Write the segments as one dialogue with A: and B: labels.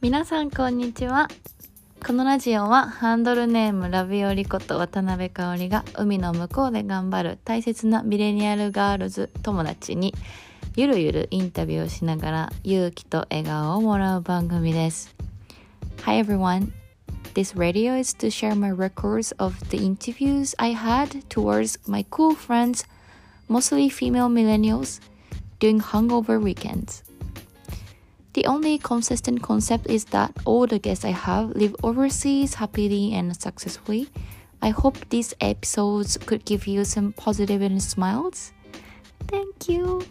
A: 皆さんこんにちはこのラジオはハンドルネームラビオリこと渡辺香織が海の向こうで頑張る大切なミレニアルガールズ友達にゆるゆるインタビューをしながら勇気と笑顔をもらう番組です Hi everyone This radio is to share my records of the interviews I had towards my cool friends, mostly female millennials, during hungover weekends. The only consistent concept is that all the guests I have live overseas happily and successfully. I hope these episodes could give you some positive and smiles. Thank you.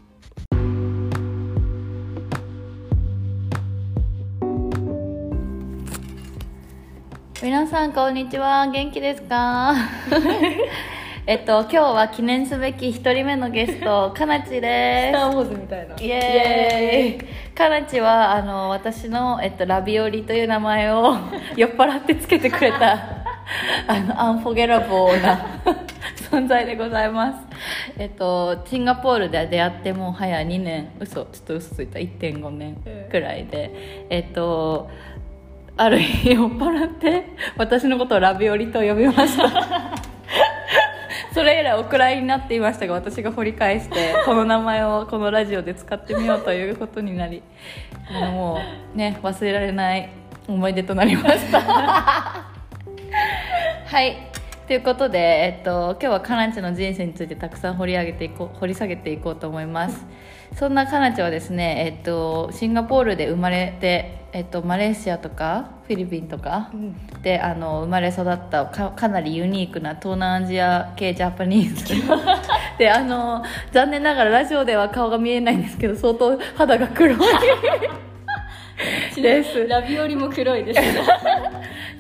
A: 皆さんこんにちは元気ですかえっと今日は記念すべき一人目のゲストかなちで
B: ス
A: す
B: ター・ウォーズみたいな
A: イエーイカナチはあの私の、えっと、ラビオリという名前を 酔っ払ってつけてくれた あのアンフォゲラボーな 存在でございますえっとシンガポールで出会ってもう早2年嘘ちょっと嘘ついた1.5年くらいで、えっとある日酔っ払って私のことをラビオリと呼びましたそれ以来お蔵入りになっていましたが私が掘り返してこの名前をこのラジオで使ってみようということになりあのもうね忘れられない思い出となりましたはいということで、えっと、今日はカナチの人生についてたくさん掘り上げていこう掘り下げていこうと思いますそんなカナチはですね、えっと、シンガポールで生まれて、えっと、マレーシアとかフィリピンとか
B: うん
A: であの生まれ育ったかかなりユニークな東南アジア系ジャパニーズであの残念ながらラジオでは顔が見えないんですけど相当肌が黒いです
B: ラビオリも黒いです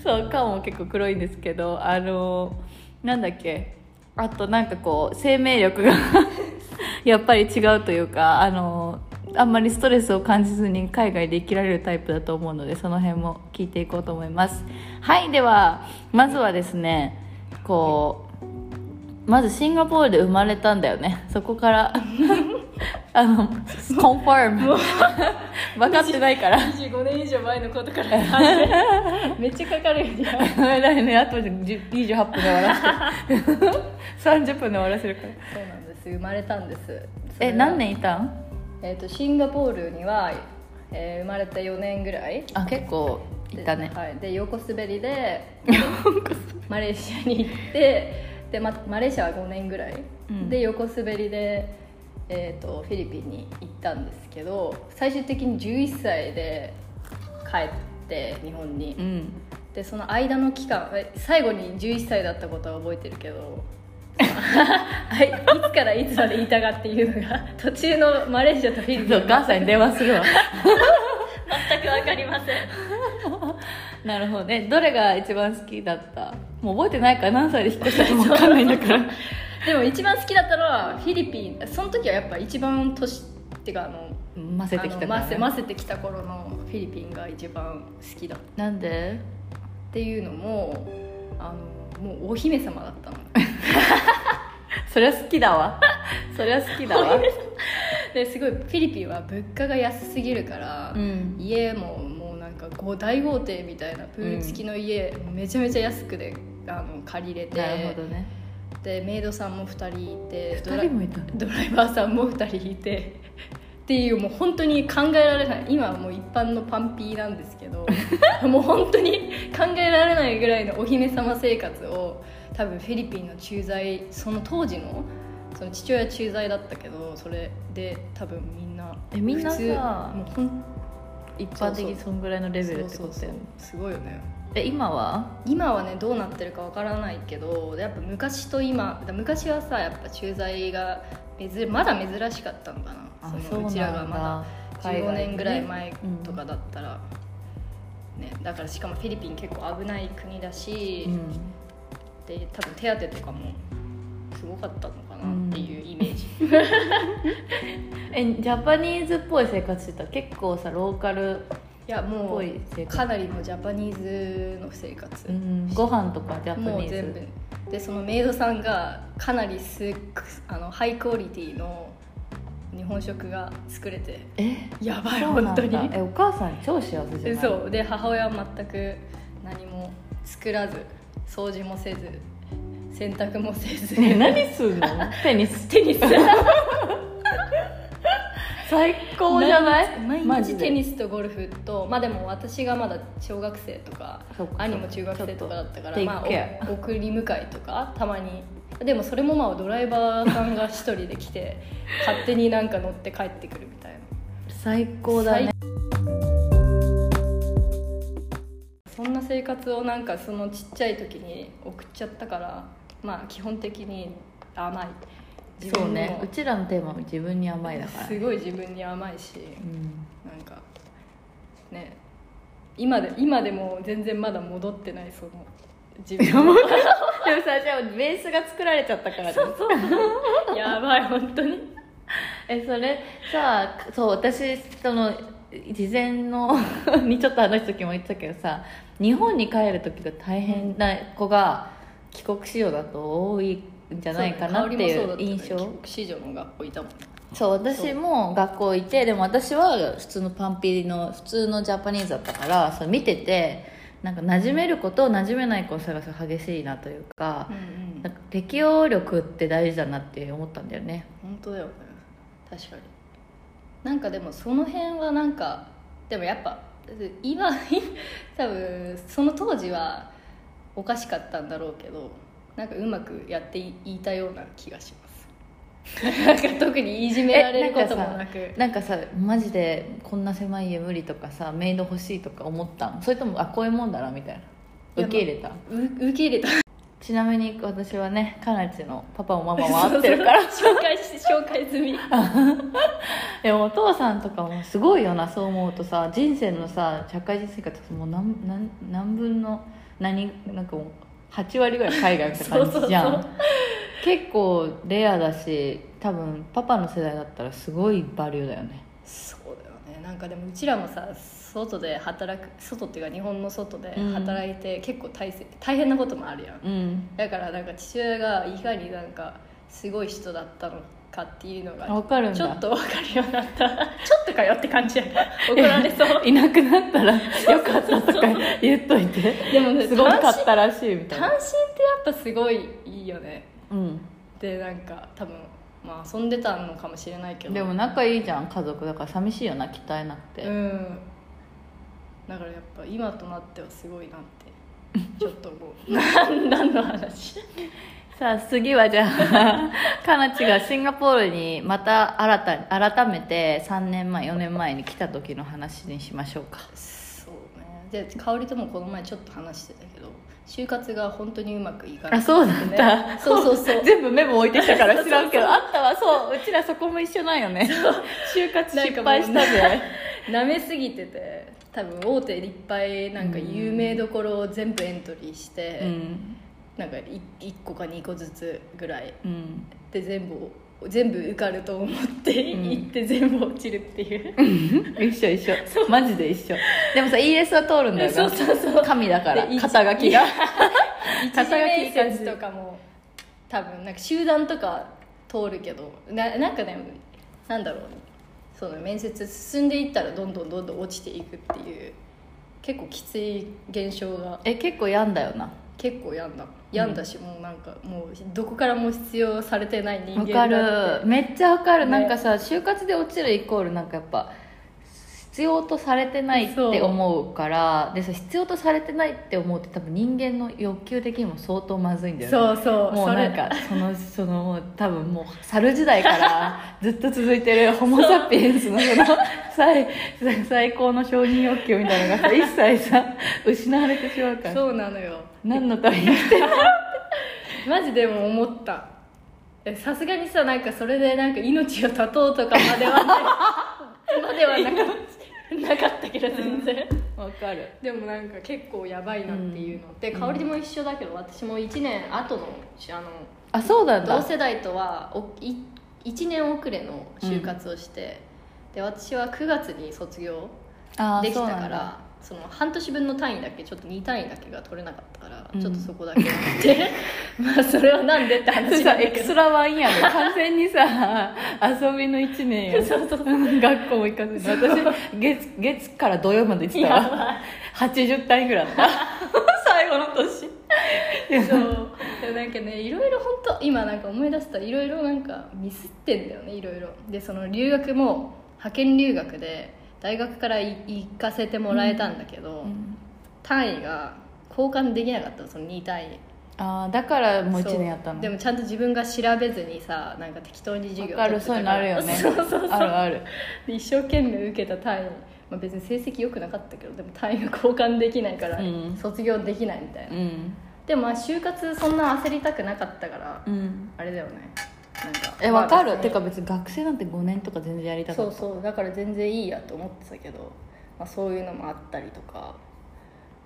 A: そう顔も結構黒いんですけどあのなんだっけあとなんかこう生命力が やっぱり違うというかあのあんまりストレスを感じずに海外で生きられるタイプだと思うのでその辺も聞いていこうと思いますはいではまずはですねこうまずシンガポールで生まれたんだよねそこから あのコンファーム 分かってないから
B: 25年以上前のことから めっちゃかかるよね
A: 来年あと10 28分で終わらせて 30分で終わらせるから
B: そうなんです生まれたんです
A: え何年いたん
B: えっ、とシンガポールには、えー生まれた4年ぐらい
A: あ結構いたね
B: ではい、で横滑りでマレーシアに行ってで、ま、マレーシアは5年ぐらい、
A: うん
B: で横滑りで、えー、とフィリピンに行ったんですけど最終的に11歳で帰って日本に、
A: うん
B: でその間の期間え最後に11歳だったことは覚えてるけど はいいつからいつまでいたかっていうのが途中のマレーシアとフィリピン
A: そうお母さんに電話するわ
B: 全く分かりません
A: なるほどねどれが一番好きだったもう覚えてないから何歳で引っ越した かも分かんないんだから
B: でも一番好きだったのはフィリピンその時はやっぱ一番年っていうかあの
A: 混ぜてきた
B: あ
A: か
B: の
A: ら、
B: 混ぜ
A: ね、
B: 混ぜてきた頃のフィリピンが一番好きだっ
A: なん で
B: ていうのもあのもうお姫様 だったの
A: そりゃ好きだ わそりゃ好きだ わ
B: ですごいフィリピンは物価が安すぎるから、
A: うん
B: 家ももうなんかご大豪邸みたいなプール付きの家、めちゃめちゃ安くであの借りれて
A: なるほどね
B: でメイドさんも2人いてド
A: 2
B: ラ
A: 人もいた
B: ドライバーさんも2人いてっていうもう本当に考えられない今はもう一般のパンピーなんですけ どもう本当に考えられないぐらいのお姫様生活を多分フィリピンの駐在その当時のその父親駐在だったけどそれで多分みんな
A: えみんなさ
B: 普通もうほん
A: 一般的にそんぐらいのレベルってこと
B: そう
A: だ
B: そう
A: よ
B: そう
A: ね
B: すごいよね
A: え今は
B: 今はねどうなってるかわからないけどやっぱ昔と今昔はさやっぱ駐在が珍まだ珍しかったのかな
A: あ
B: の
A: そう
B: うちらが
A: なん
B: まだ
A: だ
B: 15年ぐらい前
A: 海外ね
B: とかだったら、ねだからしかもフィリピン結構危ない国だし、
A: うん
B: で多分手当とかもすごかったのかなっていうイメージ、
A: えジャパニーズっぽい生活してた結構さローカルっ
B: いやも
A: ぽ
B: う
A: い生活、
B: かなりもうジャパニーズの生活、
A: うん、ご飯とかジャパ
B: もう
A: ニーズ
B: 全部でそのメイドさんがかなりすっごくあのハイクオリティの日本食が作れて
C: え
B: やばい
C: そうな
B: 本
C: ん
B: 当
C: だ
B: に
C: えお母さん超幸せじゃない
B: そうで母親は全く何も作らず掃除もせず洗濯もせず、
C: ね何すんのテニス
B: テ ニス
C: 最高じゃないマ
B: 毎
C: ジ
B: 日
C: で
B: テニスとゴルフとまあでも私がまだ小学生とか
C: そうか
B: 兄も中学生とかだったか
C: ち
B: ら、
C: ょ
B: ま
C: っと
B: あ
C: take care、
B: お 送り迎えとかたまにでもそれもまあドライバーさんが一人で来 て勝手になんか乗って帰ってくるみたいな
C: 最高だね
B: そんな生活をなんかそのちっちゃい時に送っちゃったからまあ基本的に甘い自
C: そう
B: 分にも
C: ねうちらのテーマも自分に甘いだから
B: すごい自分に甘いし
C: うん
B: なんかね今で今でも全然まだ戻ってないその自分の
C: でもさじゃあベースが作られちゃったからね
B: やばい本当に
C: えそれさそう私その事前の にちょっと話した時も言ってたけどさ日本に帰る時が大変な子が帰国子女だと多いんじゃないかなっていう印象
B: そうだね香織もそうだったね帰国子女の学校いたもんね
C: そう私も学校いてでも私は普通のパンピリの普通のジャパニーズだったからそれ見ててなんか馴染める子と馴染めない子を探す激しいなというか,、
B: うん
C: なんか適応力って大事だなって思ったんだよね
B: 本当だよね確かになんかでもその辺はなんかでもやっぱ今 多分その当時はおかしかったんだろうけどなんかうまくやっていいたような気が しますなんか特にいじめられることもなく
C: なんかさマジでこんな狭い家無理とかさメイド欲しいとか思ったんそれともあこういうもんだなみたいな受け入れた
B: う受け入れた
C: ちなみに私はねカナチのパパもママも合ってるから
B: 紹介し紹介済み
C: でもお父さんとかもすごいよなそう思うとさ人生のさ社会人生活もう何何何分の何なんかもう8割ぐらい海外って感じじゃん
B: そうそう
C: 結構レアだし多分パパの世代だったらすごいバリューだよね
B: そうだよねなんかでもうちらもさ外で働く外っていうか日本の外で働いて、結構大変大変なこともあるやん
C: うん
B: だからなんか父親がいかになんかすごい人だったのかっていうの
C: わ
B: が
C: かるんだ
B: ちょっと分かるようになった ちょっとかよって感じや 怒られそう
C: いなくなったらよかったとか言っといて
B: でもね
C: すごかったらしいみたい
B: 単
C: な
B: 身ってやっぱすごいいいよね
C: うん
B: でなんか多分まあ遊んでたのかもしれないけど
C: でも仲いいじゃん家族だから寂しいよな鍛えなくて、
B: うんだからやっぱ今となってはすごいな ってちょっと思う何何の話
C: さあ次はじゃあ かなちがシンガポールにまた新たに改めて3年前4年前に来た時の話にしましょうか
B: そうねで香りともこの前ちょっと話してたけど就活が本当にうまくいかな
C: あ
B: くて
C: そうだった、
B: ねそうそうそう
C: 全部メモ置いてきたから知らんけどあったわ そううちらそこも一緒なんよね就活失敗したぜ
B: 舐めすぎてて多分大手いっぱいなんか有名どころを全部エントリーして、
C: うん
B: なんか 1, 個か2個ずつぐらい
C: うん
B: で全部全部受かると思って
C: うん
B: 行って全部落ちるっていう、
C: 一緒一緒マジで一緒でもさ ES は通るんだよ
B: そう
C: な
B: そうそう
C: 神だから
B: で一
C: 肩書き が
B: 一次面
C: 肩書きいい感じ
B: 接とかも多分なんか集団とか通るけどななんかねなんだろうその面接進んでいったらどんどんどんどん落ちていくっていう結構きつい現象が
C: え結構病んだよな
B: 結構病んだ病んだし、もうなんかもうどこからも必要されてない人
C: わか
B: 間だっ
C: る
B: て
C: めっちゃわかる、
B: ね
C: なんかさ就活で落ちるイコールなんかやっぱ必要とされてないって
B: そう
C: 思うからでさ必要とされてないって思うって多分人間の欲求的にも相当まずいんだよ
B: そ
C: ね
B: うそう
C: もう
B: そ
C: な
B: れ
C: んかそのそのもう多分もう猿時代から ずっと続いてるホモ・サピエンスのその最最高の承認欲求みたいなのがさ一切さ失われてしまうから
B: そうなのよ
C: 何のために生きてる
B: マジでも思ったえさすがにさなんかそれでなんか命を絶とうとかまではないまではなかったなかったけど全然、
C: わかる
B: でもなんか結構やばいなっていうの、で香りも一緒だけど私も1年後の あの
C: あそうなんだ
B: 同世代とはおい1年遅れの就活をして、で私は9月に卒業
C: あー
B: できた
C: そうな
B: か
C: んだ
B: らその半年分の単位だけちょっと2単位だけが取れなかったから、
C: うん
B: ちょっとそこだけあって まあそれはなんでって
C: それ
B: 話
C: さ
B: なんだ
C: エ
B: け
C: ク
B: ど
C: ストラワンやん完全にさ遊びの1年やん
B: そうそうそう
C: 学校も行かずに私月月から土曜まで行ってた
B: やば
C: ら80単位ぐらいあ った最後の年
B: そうでもなんかねいろいろ本当今なんか思い出したいろいろなんかミスってんだよねいろいろでその留学も派遣留学で大学からい行かせてもらえたんだけど、
C: うん
B: 単位が交換できなかったのその2単位
C: ああだからもう1
B: そう
C: 年やったの
B: でもちゃんと自分が調べずにさなんか適当に授業
C: わかる
B: 取ってた
C: そういうのあるよね
B: そうそうそう
C: あるある
B: で一生懸命受けた単位、まあ、別に成績良くなかったけどでも単位が交換できないから
C: うん
B: 卒業できないみたいな、
C: うん、
B: でもまあ就活そんな焦りたくなかったから、
C: うん、
B: あれだよねなんか
C: えわかる、
B: まあ
C: てか別に学生なんて5年とか全然やりたか
B: そ
C: っ
B: う
C: た
B: そうだから全然いいやと思ってたけど、まあ、そういうのもあったりとか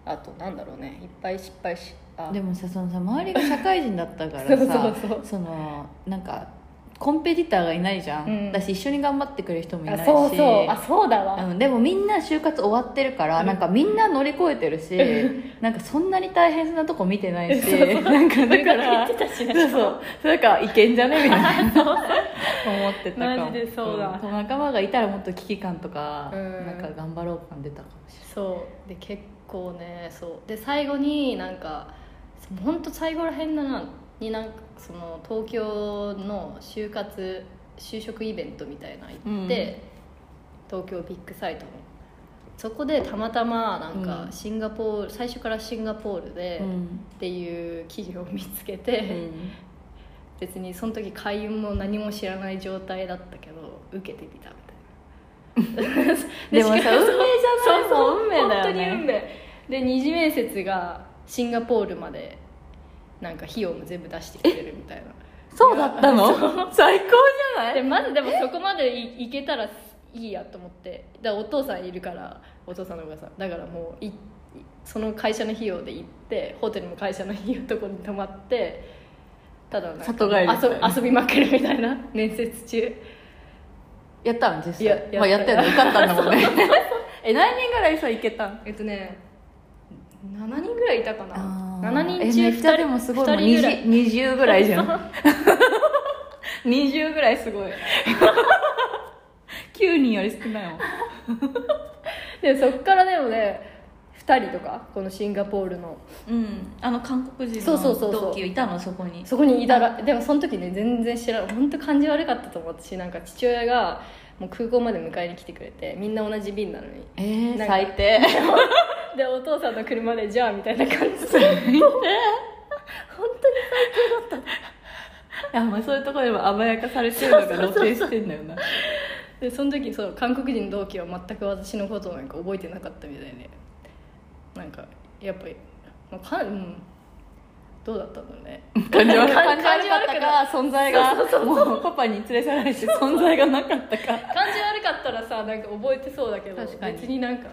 B: あとなんだろうねいっぱい失敗しあ
C: でもさそのさ周りが社会人だったから
B: そ
C: さ
B: うそうそう
C: そのなんかコンペティターがいないじゃん、
B: うん
C: だし一緒に頑張ってくれる人もいないし
B: あそうそうあそうだわ、
C: うんでもみんな就活終わってるから、
B: うん
C: なんかみんな乗り越えてるしなんかそんなに大変なとこ見てないし
B: そうそう
C: なんかだから
B: 留学行ってたしね
C: そうそうそれからいけんじゃねみたいな思ってたか
B: マ
C: も
B: ジでそうだ
C: ん仲間がいたらもっと危機感とか、
B: うん
C: なんか頑張ろう感出たかもし
B: そうで結構ねそうで最後になんか本当最後らへんだなになんかその東京の就活就職イベントみたいなの行って、東京ビッグサイトのそこでたまたまなん
C: う
B: か
C: ん
B: シンガポール、最初からシンガポールで
C: れない、うん
B: っていう企業を見つけて、別にその時開運も何も知らない状態だったけど受けてみたみたいな。
C: でもさ運命じゃない
B: そうそう
C: もう運命だよね
B: 本当に運命で二次面接がシンガポールまでなんか費用も全部出してくれるみたいな
C: そうだったの 最高じゃな
B: で
C: い
B: まずでもそこまでいいけたらいいやと思ってだからお父さんいるからお父さんのお母さんだからもういいその会社の費用で行ってホテルも会社の費用のとこに泊まってただなんか
C: 里帰りみたいな
B: 遊遊びまくるみたいな面接中
C: やったん実際
B: いや
C: まあ、
B: や
C: やっ
B: ったた
C: よ
B: よ
C: ね受かったんだもんね え何人ぐらいさいけたん
B: えっとね7人ぐらいいたかな
C: え
B: 7人中
C: め
B: 2
C: っちゃ
B: 人
C: でもすごいも
B: 2
C: う
B: 人ぐらい
C: 20, 20ぐらいじゃん 20ぐらいす ごい9人より少ないもん
B: でそっからでもね2人とかこのシンガポールの
C: うんあの韓国人
B: そうそう
C: の
B: そうそう
C: 同期いたのそこに
B: そこにいたらでもその時ね全然知らない本当感じ悪かったと思う私なんか父親がもう空港まで迎えに来てくれてみんな同じ便なのに
C: えー、
B: なんか
C: 最低
B: でお父さんの車でじゃあみたいな感じで 本当に
C: あ、まあ、そういうところでも甘やかされてるのが露呈してんだよな
B: でその時そう韓国人の同期は全く私のことなんか覚えてなかったみたいでなんかやっぱり、まあかうん、どうだったんだろう ね
C: 感じ悪か
B: 感じ悪か
C: っ
B: ったた
C: か
B: か
C: 存在がもうパパに連れ去られて存在がなかったか
B: 感じ悪かったらさなんか覚えてそうだけど
C: 確かに
B: 別になんか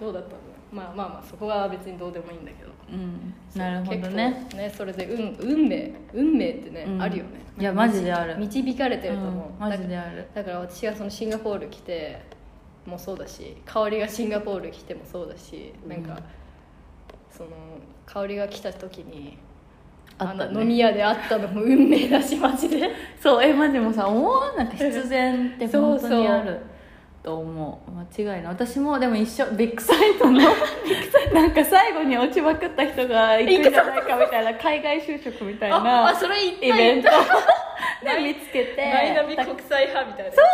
B: どうだったんだろうまあまあまあそこは別にどうでもいいんだけど
C: うん
B: そう
C: なるほどね
B: 結構ねそれで運運命運命ってね、
C: うん
B: あるよね
C: いやマジである
B: 導かれてると思う、
C: うんマジである
B: だから私がそのシンガポール来てもそうだし香りがシンガポール来てもそうだしなんか、
C: うん
B: その香りが来た時に
C: あったね
B: あの飲み屋で会ったのも運命だしマジで
C: そうえまあでもさ思わなんか必然って本当
B: そうそ
C: に
B: う
C: あると思う間違いない私もでも一緒ビッグサイ トのなんか最後に落ちまくった人が行くんじゃないかみたいな海外就職みたい
B: ああ
C: な
B: それ一
C: イベ
B: 体
C: ントで見つけて
B: マイナビ国際派みたいな
C: それ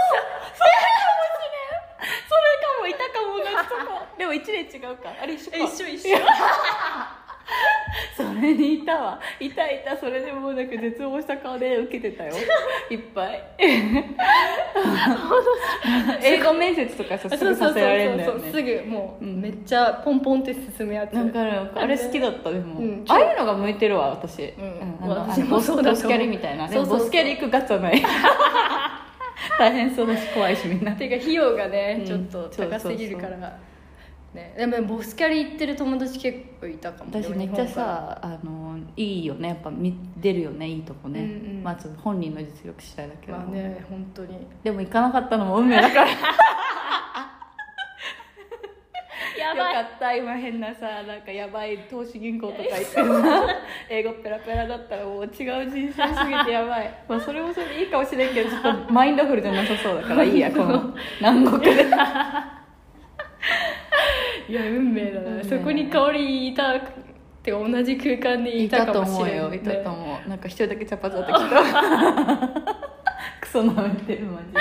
C: かもいたかもなそこでも1年違 うかあれ一緒か
B: え一緒一緒
C: それにいたわいたいたそれでもうなんか絶望した顔で受けてた よいっぱ い英語面接とかさすぐさせられるんだよ
B: そうそうそうそう
C: ね
B: すぐもう、
C: うん
B: めっちゃポンポンって進むやつ
C: なんかねあれ好きだったでも、
B: うん
C: ああいうのが向いてるわ私、
B: ん
C: あの
B: 私も
C: あのボス
B: そうだと思う
C: ボスキャリみたいなでも
B: そうそうそう
C: ボスキャリ行くガッツはない 大変そうだし怖いしみんな
B: ていうか費用がね、
C: うん
B: ちょっと高すぎるからね、でもボスキャリ行ってる友達結構いたかも
C: 私
B: でも
C: め
B: 日
C: っ
B: 本
C: ちゃ
B: から
C: さあのいいよねやっぱ見出るよねいいとこね、
B: うんうん
C: まあちょっと本人の実力次第だけど、
B: まあね本当に
C: でも行かなかったのも運命だから
B: ややばい
C: よかった今変なさなんかやばい投資銀行とか言ってさ英語ペラペラだったらもう違う人種すぎてや ばいまあそれもそれでいいかもしれんけどちょっとマインドフルじゃなさそうだからいいやこ の南国で
B: いや運命だ
C: 運命
B: ね
C: だ
B: そ
C: ね
B: こに香りいたって同じ空間にい
C: い
B: た
C: た
B: か
C: と
B: もし
C: 思う
B: れない、
C: よ
B: ね、
C: いたと思うなんか一人だけ茶髪だったけど クソなめてるマジで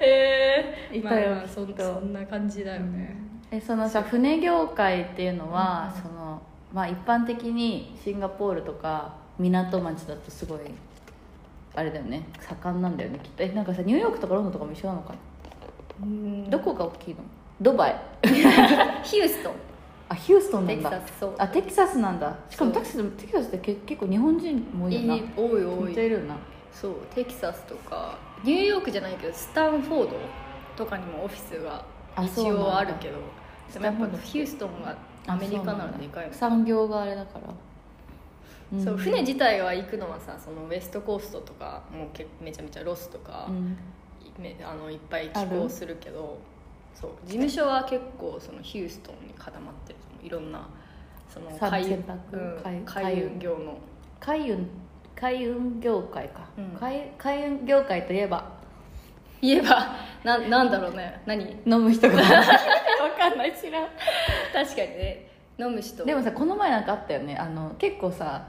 B: えー、
C: いたよ
B: まあまあそ
C: き
B: ん
C: っと
B: そんな感じだよね、
C: えそのさ船業界っていうのは、
B: うん
C: そのまあ一般的にシンガポールとか港町だとすごいあれだよね盛んなんだよねきっとえなんかさニューヨークとかロンドンとかも一緒なのかな、
B: うん
C: どこが大きいのドバイ
B: ヒューストン
C: あヒューストンな
B: テ
C: ん
B: キ
C: だ
B: サスそう
C: あテキサスなんだしかも
B: そ
C: テ
B: う
C: キサステキサスってけ結構日本人も多いよない
B: い多い多
C: めっちゃい
B: い
C: るよな
B: そうテキサスとかニューヨークじゃないけどスタンフォードとかにもオフィスが
C: あ
B: 一応あるけどで
C: そう
B: もや
C: なんだ
B: っぱヒューストンはアメリカならでかいもんそう
C: 産業があれだから、うん
B: 船自体は行くのはさそのウェストコーストとかもうけめちゃめちゃロスとか、
C: うん
B: めあのいっぱい
C: あ
B: 寄
C: る
B: 港するけどそう事務所は結構そのヒューストンに固まってると思ういろんなその
C: さ
B: 海
C: 船
B: 運う
C: 舶
B: ん
C: 海運
B: 海運業の
C: 海運海運業界か、
B: うん
C: 海海運業界といえば
B: 言えばななんだろうね何
C: 飲む人が
B: わかんない知らん確かにね飲む人
C: でもさこの前なんかあったよねあの結構さ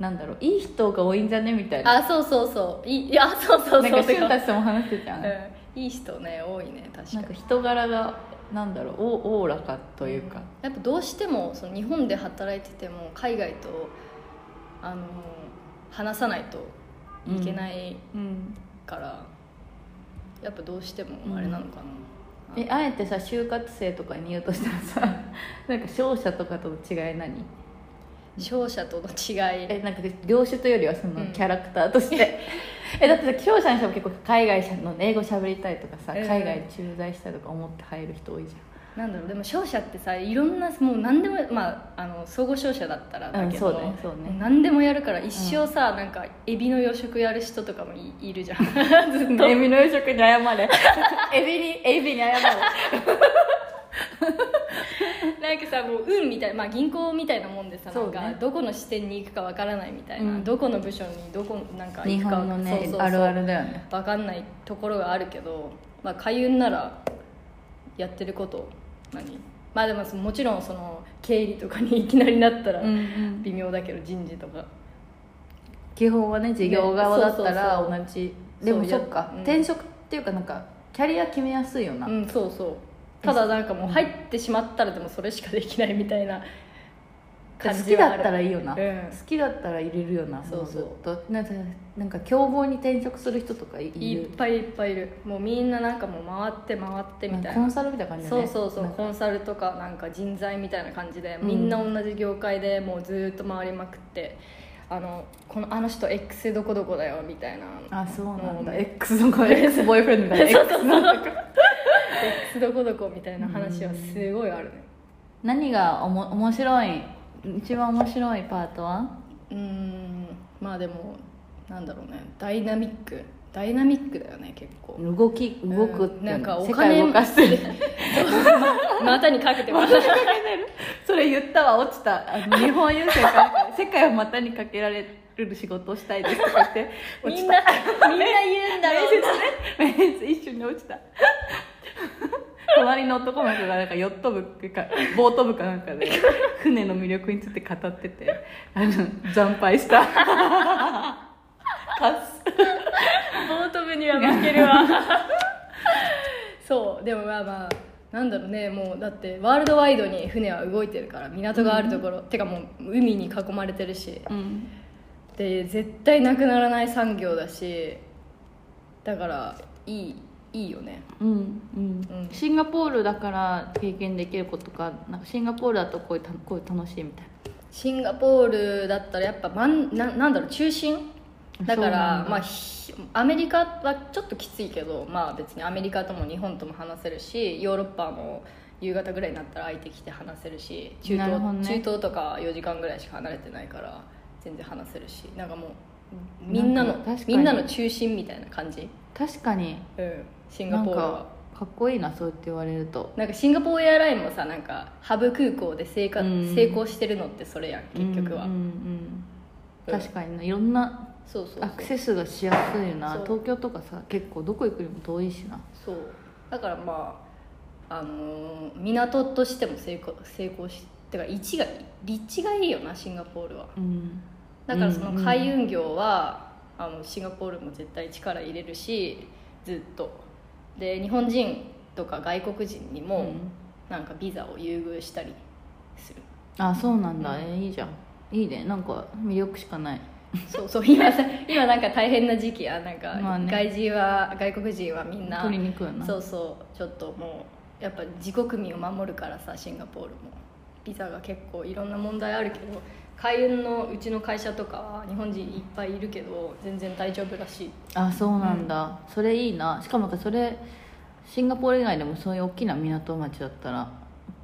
C: なんだろういい人が多いんじゃねみたいな
B: あそうそうそういいいやそうそうそう
C: なんか
B: てか
C: 俊たちとも話してたよね、
B: うんいい人ね多いね確か
C: なん
B: に
C: か人柄がなんだろうおおおらかというか、
B: やっぱどうしてもその日本で働いてても海外とあの話さないといけない
C: うん
B: から、やっぱどうしてもあれなのかな、
C: えあえてさ就活生とかに言うとしたらさ なんか商社とかとの違い何
B: 勝者との違い
C: えなんか業種というよりはその
B: うん
C: キャラクターとして、 えだってさ商社の人も結構海外社の英語喋りたいとかさ、
B: うん
C: 海外駐在したいとか思って入る人多いじ
B: なんだろうでも勝者ってさいろんなもう何でもまああの総合商社だったらだけど、
C: うんそうねそうね
B: 何でもやるから一生さ、なんかエビの養殖やる人とかもいいるじゃん ず
C: ゃ
B: っ
C: ん
B: と
C: エビの養殖に謝 れエビにエビに謝れ
B: なんかさもう運みたいな、まあ、銀行みたいなもんでさ、
C: そう
B: なん
C: ね
B: かどこの支店に行くかわからないみたいな、
C: うん
B: どこの部署にどこなんか行
C: 日
B: くか
C: 本のね
B: そうそうそう
C: あるあるだよね
B: わかんないところがあるけど、まあ、開運ならやってること何まあでもそのもちろんその経理とかにいきなりなったら
C: うんうん
B: 微妙だけど人事とか
C: 基本はね事業側だったら
B: ねそうそう
C: 同じ、
B: そう
C: でもそっか、
B: うん
C: 転職っていうかなんかキャリア決めやすいよな、
B: うんそうそうただなんかもう入ってしまったらでもそれしかできないみたいな
C: 好
B: 感じ
C: き
B: はあ
C: だ
B: る
C: ったらいいよな、
B: うん
C: 好きだったら入れるよな
B: そう
C: もう
B: そう
C: ずっとなんかなんか競合に転職する人とかいる
B: いっぱいいっぱいいるもうみんななんかもう回って回ってみたい
C: コ
B: な
C: ンサルみたいな感じだ
B: そ
C: ね
B: うそうそう
C: なんか
B: コンサルとかなんか人材みたいな感じで
C: うん
B: みんな同じ業界でもうずーっと回りまくってあのこのあの人 X どこどこだよみたいな
C: あそうなんだ
B: うん
C: X の子 X ボーイフレンドみたいな X なんか
B: X どこどこみたいな話はすごいあるね
C: 何がおも面白い一番面白いパートは
B: うーんまあでもなんだろうねダイナミックダイナミックだよね結構
C: 動き動くっていううん
B: なんかお
C: 世
B: 金
C: 界動かしてる
B: 股にかけて ます
C: それ言ったわ落ちたあの日本郵政から 世界を股にかけられる仕事をしたいですとか言って落
B: み
C: ち
B: ん
C: た
B: なみんな言うんだろうな
C: 面接一瞬に落ちた 隣の男の子がなんかヨット部かボート部かなん かで船の魅力について語っててあの惨敗した カス
B: ボート部には負けるわそうでもまあまあなんだろうねもうだってワールドワイドに船は動いてるから港があるところ、てかもう海に囲まれてるし
C: うん
B: で絶対なくならない産業だしだからいいいいよね
C: うん
B: うん
C: シンガポールだから経験できることかなんかシンガポールだとこういうたこういう楽しいみたい
B: シンガポールだったらやっぱまんななんだろう中心だか
C: そうな
B: ら
C: んだ
B: まあひアメリカはちょっときついけどまあ別にアメリカとも日本とも話せるしヨーロッパも夕方ぐらいになったら空いてきて話せるし中
C: なるほど
B: 東,、
C: ね
B: 中東とか4時間ぐらいしか離れてないから全然話せるしなんかもうみんなの
C: なんか確かに
B: みんなの中心みたいな感じ、
C: 確かに
B: うん、シン
C: な
B: ガポ
C: ん
B: ール
C: か
B: は
C: かかっこいいなそうやって言われると
B: なんかシンガポールエアラインもさなんかハブ空港で成果
C: うん
B: 成功してるのってそれやん結局は、
C: うんうん
B: う
C: うんん確かにないろんな
B: そうそうそう
C: アクセスがしやすいよな
B: そう
C: 東京とかさ結構どこ行くにも遠いしな
B: そうだからまあ、あのー港としても成功成功してか位置が立地がいいよなシンガポールは
C: うん
B: だからそ
C: うんう
B: の
C: ん
B: 海運業は、あのシンガポールも絶対力入れるしずっとで日本人とか外国人にも、
C: うん
B: なんかビザを優遇したりする
C: あそうなんだ、えいいじゃんいいねなんか魅力しかない
B: そうそう今さ今なんか大変な時期やなんか、
C: まあね
B: 外人は外国人はみんな
C: 取りにくいよな
B: そうそうちょっともうやっぱ自国民を守るからさシンガポールもビザが結構いろんな問題あるけど海運のうちの会社とかは日本人いっぱいいるけど全然大丈夫らしい
C: あそうなんだ、それいいなしかもなんかそれシンガポール以外でもそういう大きな港町だったら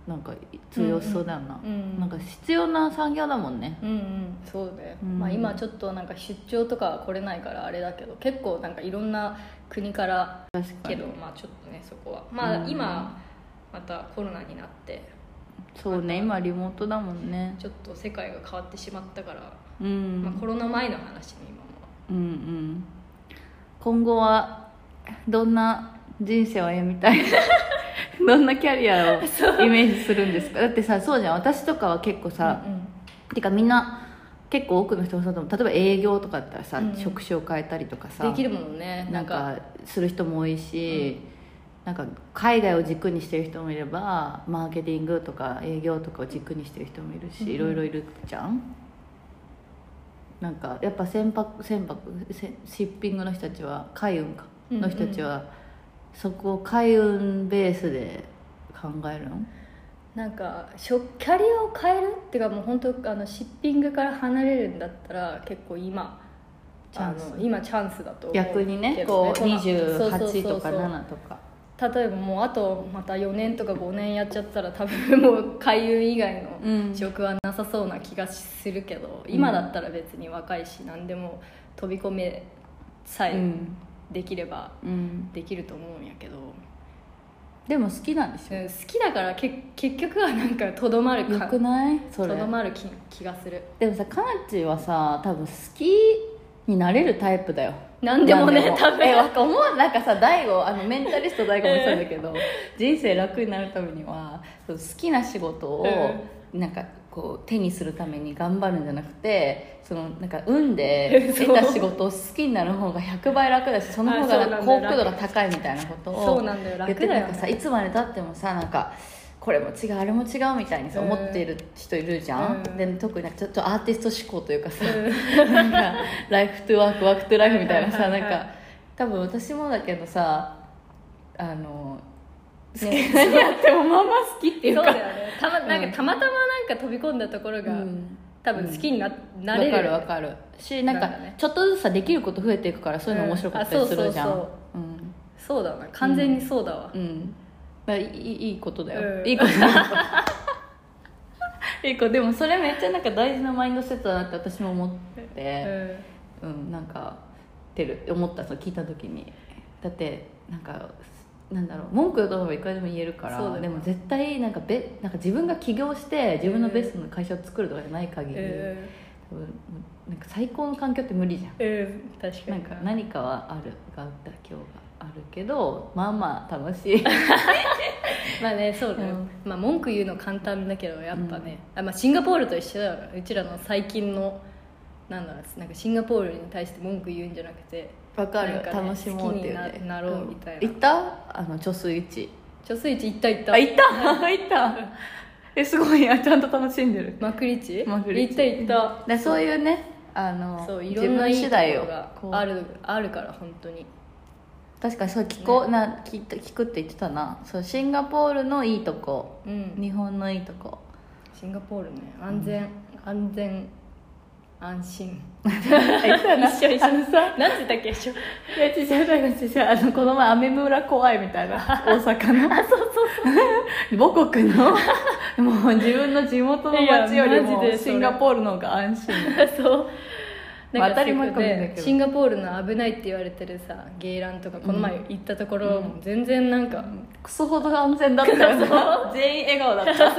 C: なんか通用しそうだよな、
B: うんうん
C: なんか必要な産業だもんね
B: うんうんそうね、
C: うん
B: まあ、今ちょっとなんか出張とかは来れないからあれだけど結構なんかいろんな国から
C: 確か
B: け
C: に
B: どまあちょっとねそこはまあ
C: うん
B: 今またコロナになって
C: そうね今リモートだもんね
B: ちょっと世界が変わってしまったから、
C: うん、
B: まあ、コロナ前の話に今も
C: うんうん今後はどんな人生を歩みた いどんなキャリア をイメージするんですかだってさそうじゃん私とかは結構さ、
B: うんうん
C: てかみんな結構多くの人もそうだと思う例えば営業とかだったらさ、
B: うん
C: 職種を変えたりとかさ
B: できるもんね
C: な
B: なんんか
C: かする人も多いし、なんか海外を軸にしてる人もいればマーケティングとか営業とかを軸にしてる人もいるし、
B: うん
C: いろいろいるじゃんなんかやっぱ船舶船舶せシッピングの人たちは海運か
B: うんうん
C: の人たちは、そこを海運ベースで考えるの
B: なんかしょキャリアを変えるっていうかもう本当あのシッピングから離れるんだったら結構今
C: チャンス
B: あの今チャンスだと思う
C: 逆にね
B: けど
C: こう
B: のそうそうそうそう
C: 28とか7とか
B: 例えばもうあとまた4年とか5年やっちゃったら多分もう海運以外の
C: うん
B: 職はなさそうな気がするけど、今だったら別に若いし何でも飛び込めさ
C: う
B: え
C: ん
B: できれば
C: うん
B: できると思うんやけど、
C: でも好きなんでし
B: う
C: ょ
B: ん好きだからけ結局はなんかとどまる
C: よ
B: か
C: くないそ
B: と
C: れ
B: どまる気気がする
C: でもさかなちはさ多分好きになれるタイプだよ
B: なんでもね
C: なん
B: 多分
C: えわか思うなんかさ大悟あのメンタリスト大悟も言ってたんだけど人生楽になるためにはその好きな仕事を、なんかこう手にするために頑張るんじゃなくてそのなんか運 で
B: そう
C: 得た仕事を好きになる方が100倍楽だしその方がなん
B: あ
C: か
B: そうな
C: 幸
B: んだ
C: 福度が高いみたいなことを
B: そうなんだよ
C: 言って
B: 楽
C: る
B: だ
C: な
B: よ、
C: んかさ
B: ね、
C: いつまでたってもさなんかこれも違うあれも違うみたいにさ
B: うん
C: 思っている人いるじゃん、
B: うん
C: で特になんかちょっとアーティスト思考というかさ、なんかライフトゥワークワークトゥライフみたいなさ
B: は
C: ないん
B: はいはい
C: か多分私もだけどさあの、
B: 好
C: ね、何やってもまあまあ好きっていう
B: そう
C: か
B: だよねたまなん
C: う
B: か
C: ん
B: たまたまなんか飛び込んだところが、
C: うん
B: 多分好きにな,、な
C: わ
B: れる
C: かるわかるしなん
B: なん
C: か
B: かね
C: ちょっとずつさできること増えていくからそういうの面白かった
B: う
C: り
B: んあ
C: するじゃん
B: そうそう
C: うん
B: そうだな完全にそうだわ、
C: うんまあいいいいことだよ、
B: うん
C: いいこと いいことでもそれめっちゃなんか大事なマインドセットだなって私も思って
B: うん
C: うん、なんかてる思ったその聞いた時にだってなんかなんだろう文句をどうもいくらでも言えるか
B: そうだ
C: ら
B: よ
C: でも絶対なんかべなんか自分が起業して自分のベストの会社を作るとかじゃない限り、
B: うん
C: 多分なんか最高の環境って無理じゃん
B: うん確か
C: なん
B: に
C: か何かはあるが妥協があるけどまあまあ楽しい
B: まあねそうだよ、
C: うん
B: まあ、文句言うの簡単だけどやっぱね、あまあ、シンガポールと一緒だよなうちらの最近のなんだろうなんかシンガポールに対して文句言うんじゃなくて
C: わかる、
B: なんかね
C: 楽しもうっていう
B: 好
C: ね
B: きにななろうみたいな
C: 行ったあの貯水池
B: 貯水池行った 行った
C: あ行った行った えすごいあちゃんと楽しんでる
B: マクリチ
C: マク
B: 行
C: リチ
B: った行った
C: でそういうねあの
B: そういろんないい
C: 自
B: とこ
C: 分次第を
B: ろが
C: こう
B: あるあるから本当に
C: 確かにそう聞こう、な聞いた聞くって言ってたなそうシンガポールのいいとこ
B: うん
C: 日本のいいと こ
B: シンガポールね安全、安全安心
C: 一 緒一緒さ
B: なんて言ったっけ一緒
C: いやちっちゃいだがちっちゃいあのこの前雨村怖いみたいな大阪のそうそうそう母国のもう自分の地元の街よ
B: い
C: り
B: やマ
C: も
B: ジでそれ
C: シンガポールの方が安心
B: そう
D: まあ
B: なん
D: 当たり前かもしれないけど
B: シンガポールの危ないって言われてるさゲイランとかこの前行ったところ、もう全然なんか、
D: クソほど安全だったよな全員笑顔だった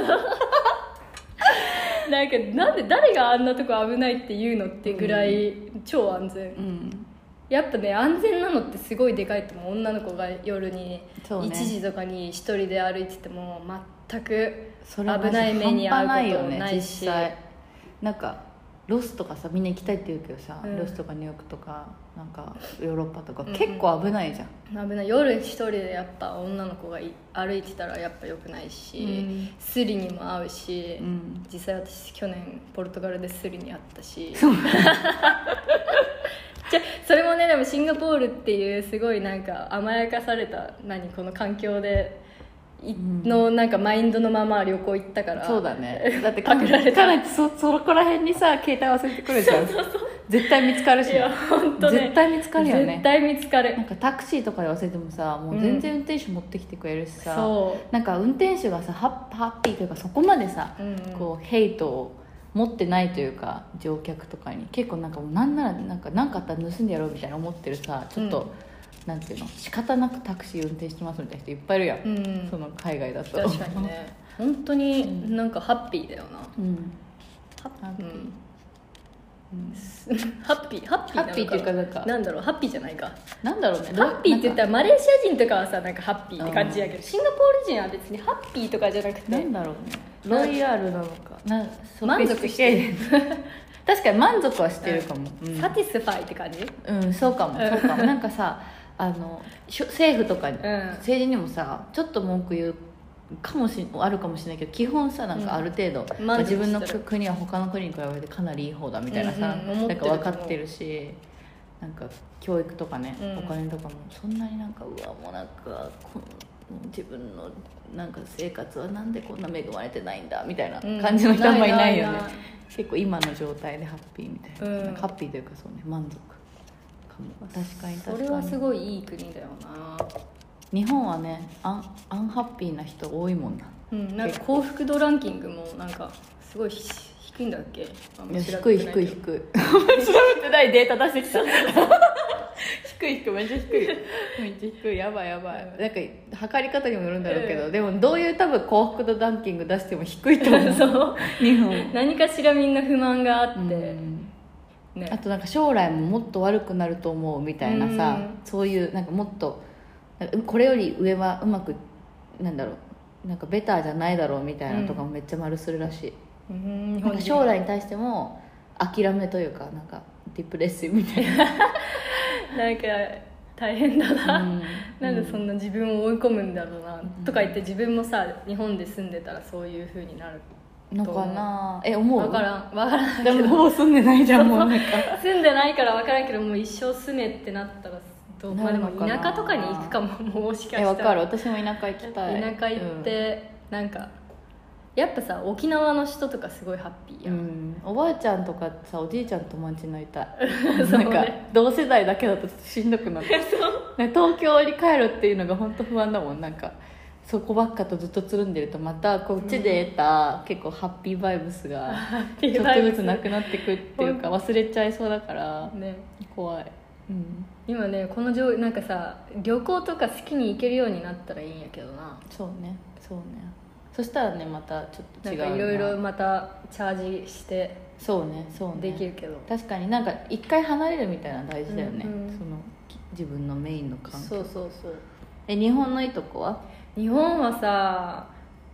B: なんかなんで誰があんなとこ危ないって言うのってぐらい超安全、
D: うん
B: やっぱね安全なのってすごいでかいと思う女の子が夜に
C: そうね
B: 1時とかに一人で歩いてても全く
C: そ
B: 危
C: れは
B: ない目に遭
C: 半端ないう
B: こ
C: よ
B: と
C: ね
B: ないし
C: 実際なんかロスとかさみんな行きたいって言うけどさ、
B: うん
C: ロスとかニューヨークとかなんかヨーロッパとか
B: うんうん
C: 結構危ないじゃん、
B: 危ない夜一人でやっぱ女の子がい歩いてたらやっぱ良くないし、
C: うん
B: スリにも合うし、
D: うん
B: 実際私去年ポルトガルでスリに会ったし じゃそれもねでもシンガポールっていうすごいなんか甘やかされた何この環境でい
C: ん
B: のなんかマインドのまま旅行行ったから
C: そう だねだってか
B: パクられた
C: かなりそそこら辺にさ携帯忘れてくる じゃん絶対見つかるし
B: い
C: ね、
B: や本当ね
C: 絶対見つかるよね
B: 絶対見つかる
C: なんかタクシーとかで忘れてもさもう全然運転手持ってきてくれるしさ、
B: そ
C: なんか運転手がさハッハッピーというかそこまでさ、
B: う、うんうん
C: こうヘイトを持ってないというか乗客とかに結構なんかもうなんならなんかなんかあったら盗んでやろうみたいな思ってるさちょっと、
B: うん
C: なんていうの仕方なくタクシー運転してますみたいな人いっぱいいるやん、
B: うんうん
C: その海外だと
B: 確かにね 本当になんかハッピーだよな、
C: うん
B: ハッピー、
C: うん
B: ハッピーハッピー
C: ハッピーっていうかなんか
B: なんだろうハッピーじゃないか
C: なんだろうね
B: ハッピーって言った
C: ら
B: らマレーシア人とかはさなんかハッピーって感じやけどシンガポール人は別にハッピーとかじゃなくて
C: なんだろうねロイヤルなのかな
B: 満足して
C: る確かに満足はしてるかも、うん
B: サティスファイって感じ
C: うんそうかもそうか もなんかさあのしょ政府とかに、
B: うん
C: 政治にもさちょっと文句言うかもしあるかもしれないけど基本さなん
B: うん
C: かある程度、
B: 満足してる
C: 自分の国は他の国に比べてかなりいい方だみたいなさ、
B: うんうん思って
C: なん
B: る
C: か分かってるしなんか教育とかね、
B: うん
C: お金とかもそんなになんかうわもうなんかこん自分のなんか生活はなんでこんな恵まれてないんだみたいな
B: うん
C: 感じの人あんまりいないよね、
B: ないない
C: 結構今の状態でハッピーみたいな,、
B: うん
C: なんかハッピーというかそうね満足かも確かに
B: そ
C: 確
B: れ
C: か
B: はす
C: に
B: ごいいい国だよな
C: 日本はねアンアンハッピーな人多いもんな
B: うんなんか幸福度ランキングもなんかすごいひ低いんだっけあん
C: い
B: ま
C: や
B: 調
C: 低
B: べ
C: い
B: てなけど
C: 低い低い
D: ってないデータ出してきた 低い低いめっちゃ低いめっち ゃ低いやばいやばい
C: なんか測り方にもよるんだろうけど、
B: う
C: でもどういう多分幸福度ランキング出しても低い と思う
B: そう
C: 日本
B: 何かしらみんな不満があって、
C: うん
B: ね
C: あとなんか将来ももっと悪くなると思うみたいなさ、
B: うん
C: そういうなんかもっとなんかこれより上はうまくなんだろうなんかベターじゃないだろうみたいなとかもめっちゃ丸するらしい、
B: うん日
C: なん
B: 本
C: か
B: 人
C: 将来に対しても諦めというかなんかディプレッシブみたい
B: なんか大変だな、
C: な、うん
B: なんでそんな自分を追い込むんだろうな、とか言って自分もさ日本で住んでたらそういうふうになる
C: のかなえ思う
B: 分からん分からん
C: でもほぼ住んでないじゃんもうなんか
B: 住んで ないから分からんけどもう一生住めってなったらどうまあでも
C: なるのかな
B: 田舎とかに行くかももしか
C: え
B: した
C: わからる私も田舎行きたい
B: 田舎行って、なんかやっぱさ沖縄の人とかすごいハッピー
C: う
B: やん、
C: ん、おばあちゃんとかさおじいちゃんと友達になりたい
B: そう
C: な
B: ね
C: んか同世代だけだとちょっとしんどくなる ね東京に帰るっていうのが本当不安だもんなんかそこばっかとずっとつるんでるとまたこっちで得た結構ハッピーバイブスが
B: ピ
C: ち
B: ー
C: ょ
B: バ
C: っ
B: イ
C: と
B: ブス
C: ずつなくなってくっていうか忘れちゃいそうだから
B: ね
C: 怖い、うん、
B: 今ねこの状なんかさ旅行とか好きに行けるようになったらいいんやけどな
C: そうねそうねそしたらねまたちょっと
B: な
C: 違
B: ん
C: う
B: かいろいろまたチャージして
C: そうねそうね
B: できるけど、
C: 確かになんか一回離れるみたいなの大事だよね、
B: うんうん
C: そのき自分のメインの感
B: そうそうそう
C: え日本のいとこは
B: 日本はさ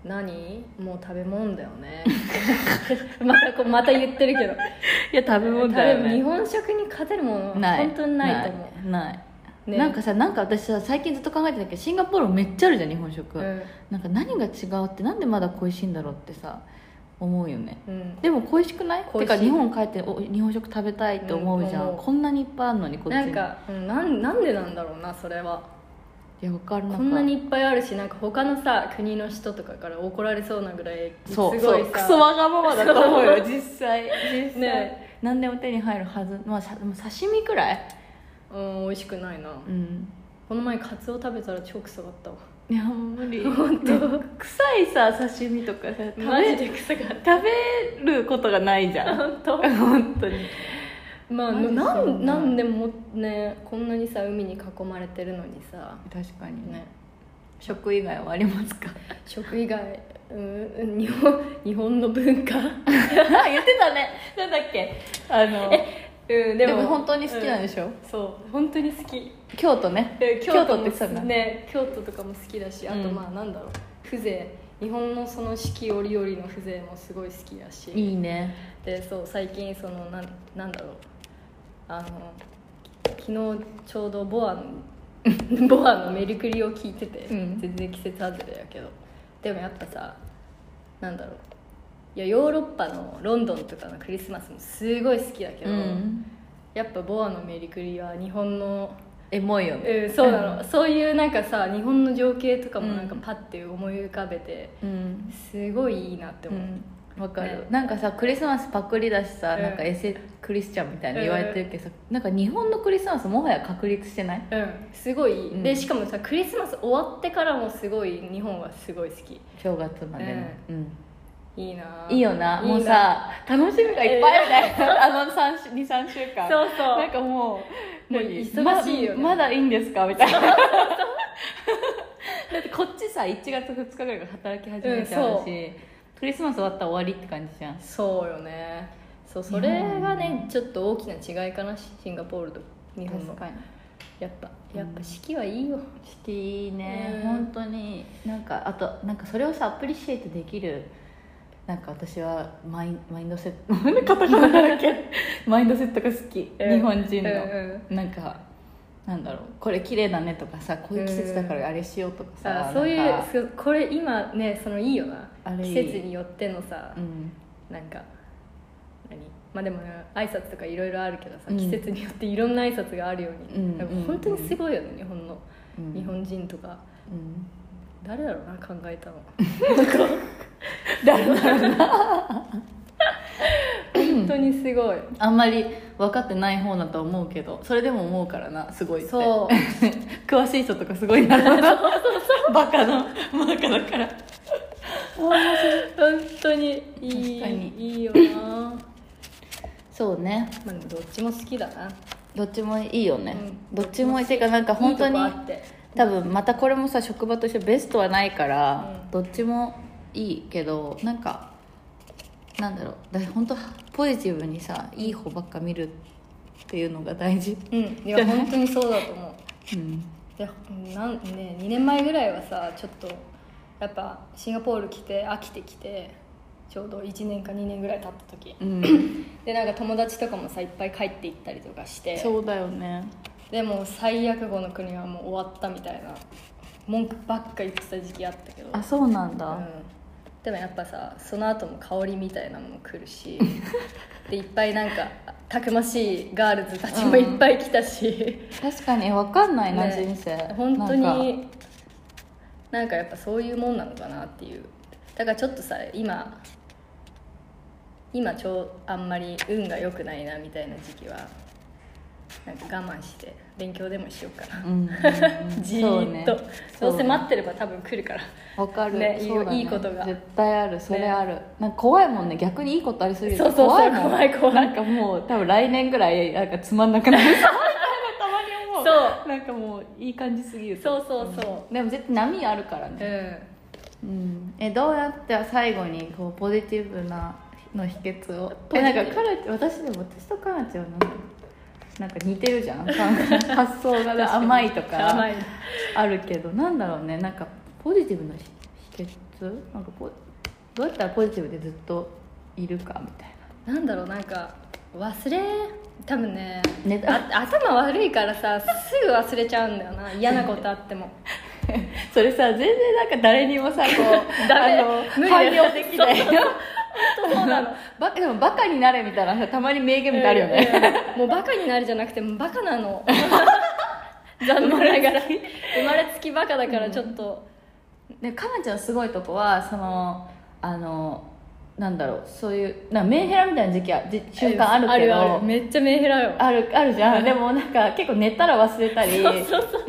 B: 何もう食べ物だよね またこうまた言ってるけど
C: いや食べ
B: 多分日本食に勝てるものは
C: ない
B: 本当にないと思
C: うないない
B: ね
C: なんかさなんか私さ最近ずっと考えてたけどシンガポールめっちゃあるじゃん日本食、
B: ううん、
C: なんか何が違うってなんでまだ恋しいんだろうってさ思うよね
B: うん
C: でも恋しくない
B: 恋
C: て
B: しい
C: か日本帰ってお日本食食べたいって思うじゃ
B: うん
C: ん、
B: 思う
C: こんなにいっぱいあるのにこっちに
B: なんか、うん、なんなんでなんだろうなそれはい
C: やわかる
B: こんなにいっぱいあるしなんか他のさ国の人とかから怒られそうなぐらいす
C: そ
B: ご
C: う
B: い
C: そう
B: さ
C: クソわがままだと思うよ実際実際、
B: ね
C: 何でも手に入るはずまあさでも刺身くらい
B: うん美味しくないな、
C: うん
B: この前カツオ食べたら超臭かったわ
C: いや無理
B: 本当
C: 臭いさ刺身とかさ食
B: マジ
C: べ
B: で臭かった
C: 食べることがないじゃん
B: 本当
C: 本当に
B: まあ
C: マジ
B: な
C: そうんだ
B: なんでもねこんなにさ海に囲まれてるのにさ
C: 確かに
B: ね
C: 食以外はありますか
B: 食以外うん日本日本の文化
C: 言ってたねなんだっけあの
B: うん
C: でも本当に好きなんでしょ、
B: うんそう本当に好き
C: 京都ね
B: で
C: 京都
B: も
C: ってさ
B: ね京都とかも好きだしあと
C: うん
B: まあなんだろう風情日本のその四季折々の風情もすごい好きだし
C: いいね
B: でそう最近そのなんなんだろうあの昨日ちょうどボアの ボアのメリクリを聞いてて、
C: うん
B: 全然季節外れやけどでもやっぱさなんだろういやヨーロッパのロンドンとかのクリスマスもすごい好きだけど、
C: うん
B: やっぱボアのメリクリは日本の、
C: エモいよね
B: うん、そうなの、そういうなんかさ日本の情景とかもなんか
C: うん
B: パッて思い浮かべて
C: うん
B: すごいいいなって
C: う
B: 思う、
C: んわかる、
B: ね
C: なんかさクリスマスパクリだしさ、
B: うん
C: なんかエセクリスチャンみたいに言われてるけどさ、なんか日本のクリスマスもはや確立してない
B: うん、すごい、
C: うん
B: でしかもさクリスマス終わってからもすごい日本はすごい好き
C: 正月までね、うん
B: いいなぁ
C: いいよない
B: い
C: もうさ楽しみがいっぱいあるね、 あの23週間
B: そうそう
C: なんかもう
B: もう
C: 何
B: 忙しいよね
C: ままだいいんですかみたいなだってこっちさ1月2日ぐらいから働き始めちゃうし、クリスマス終わったら終わりって感じじゃん
B: そうよねそうそれがねちょっと大きな違いかなシシンガポールと日本の
C: 確かに
B: やっぱやっぱ四季はいいよ、
C: シティね、
B: うん
C: 本当になんかあとなんかそれをさアプリシエイトできるなんか私はマインマインドセット なんでカタカナだらけ マインドセットが好き、
B: うん
C: 日本人の、
B: うん
C: なんかなんだろうこれ綺麗だねとかさこういう季節だからあれしようとかさ、
B: さあそういう
C: なんか
B: そうこれ今ねそのいいよな
C: あれ
B: 季
C: いい
B: 節によってのさ、
C: うん
B: なんか何まあでもね挨拶とかいろいろあるけどさ、
C: うん
B: 季節によっていろんな挨拶があるように、
C: うん
B: なんか本当にすごいよね、日本の、
C: うん
B: 日本人とか
C: うん
B: 誰だろうな考え たの
C: だから
B: 本当にすごい
C: あんまり分かってない方だと思うけどそれでも思うからなすごいって
B: そう
C: 詳しい人とかすごい なバカのバカだから
B: 本当にいい
C: 確かに
B: いいよな
C: そうね
B: まあでもどっちも好きだな
C: どっちもいいよね、
B: うん
C: どっちもいいてかなんか本当に
B: いいとこあって
C: 多分またこれもさ職場としてベストはないから、
B: うん
C: どっちもいいけどなんかなんだろうだから本当ポジティブにさいい方ばっか見るっていうのが大事
B: うんいや本当にそうだと思う
C: うん
B: いやなんね2年前ぐらいはさちょっとやっぱシンガポール来て飽きてきてちょうど1年か2年ぐらい経った時
C: うん、
B: でなんか友達とかもさいっぱい帰っていったりとかして
C: そうだよね
B: でもう最悪後の国はもう終わったみたいな文句ばっか言ってた時期あったけど
C: あそうなんだ、
B: うん、でもやっぱさその後も香りみたいなのも来る しでいっぱいなんかたくましいガールズたちもいっぱい来たし、
C: 確かに分かんないな、
B: ね
C: 人生
B: 本当
C: なんか
B: になんかやっぱそういうもんなのかなっていうだからちょっとさ今今ちょうあんまり運が良くないなみたいな時期はなんか我慢して勉強でもしようかな、
C: うんうんう ん
B: じーっと
C: そうね
B: どうせ待ってれば多分来るから
C: わかる、
B: ね
C: そうだ
B: いいいいことが
C: 絶対あるそれある、なんか怖いもんね逆にいいことありすぎる
B: そうそうそう
C: 怖いもん
B: 怖い怖い
C: なんかもう多分来年ぐらいなんかつまんなく なるたまに思う
B: そ
C: なんかもういい感じすぎる
B: そうそうそう
C: でも絶対波あるから
B: うう
C: ね、
B: ん
C: うん、えどうやって最後にこうポジティブなの秘訣を
B: ポ
C: え
B: ジテ
C: な
B: ィブ
C: んかカラチ私でも私とカラチはなんかなんか似てるじゃん発想がね甘いとか
B: 甘い
C: あるけどなんだろうねなんかポジティブな秘秘訣なんかポどうやったらポジティブでずっといるかみたい
B: なんだろうなんか忘れ多分ね
C: ね
B: あ頭悪いからさすぐ忘れちゃうんだよな嫌なことあって も
C: な それさ全然なんか誰にもさこ う
B: ダメ
C: あの
B: 無理
C: 汎用できないよ
B: そう なの
C: バカでもバカになれみたいなさたまに名言みたいなのあるよ
B: え
C: ね、
B: ーもうバカになるじゃなくてもうバカな の残念ながら生まれつきバカだからちょっと、
C: でかなちゃんのすごいとこはそのあのなんだろうそういうなんかメンヘラみたいな時期はじ瞬間あるけど、
B: あるあるめっちゃメンヘラよ
C: あるあるじゃんでもなんか結構寝たら忘れたりなん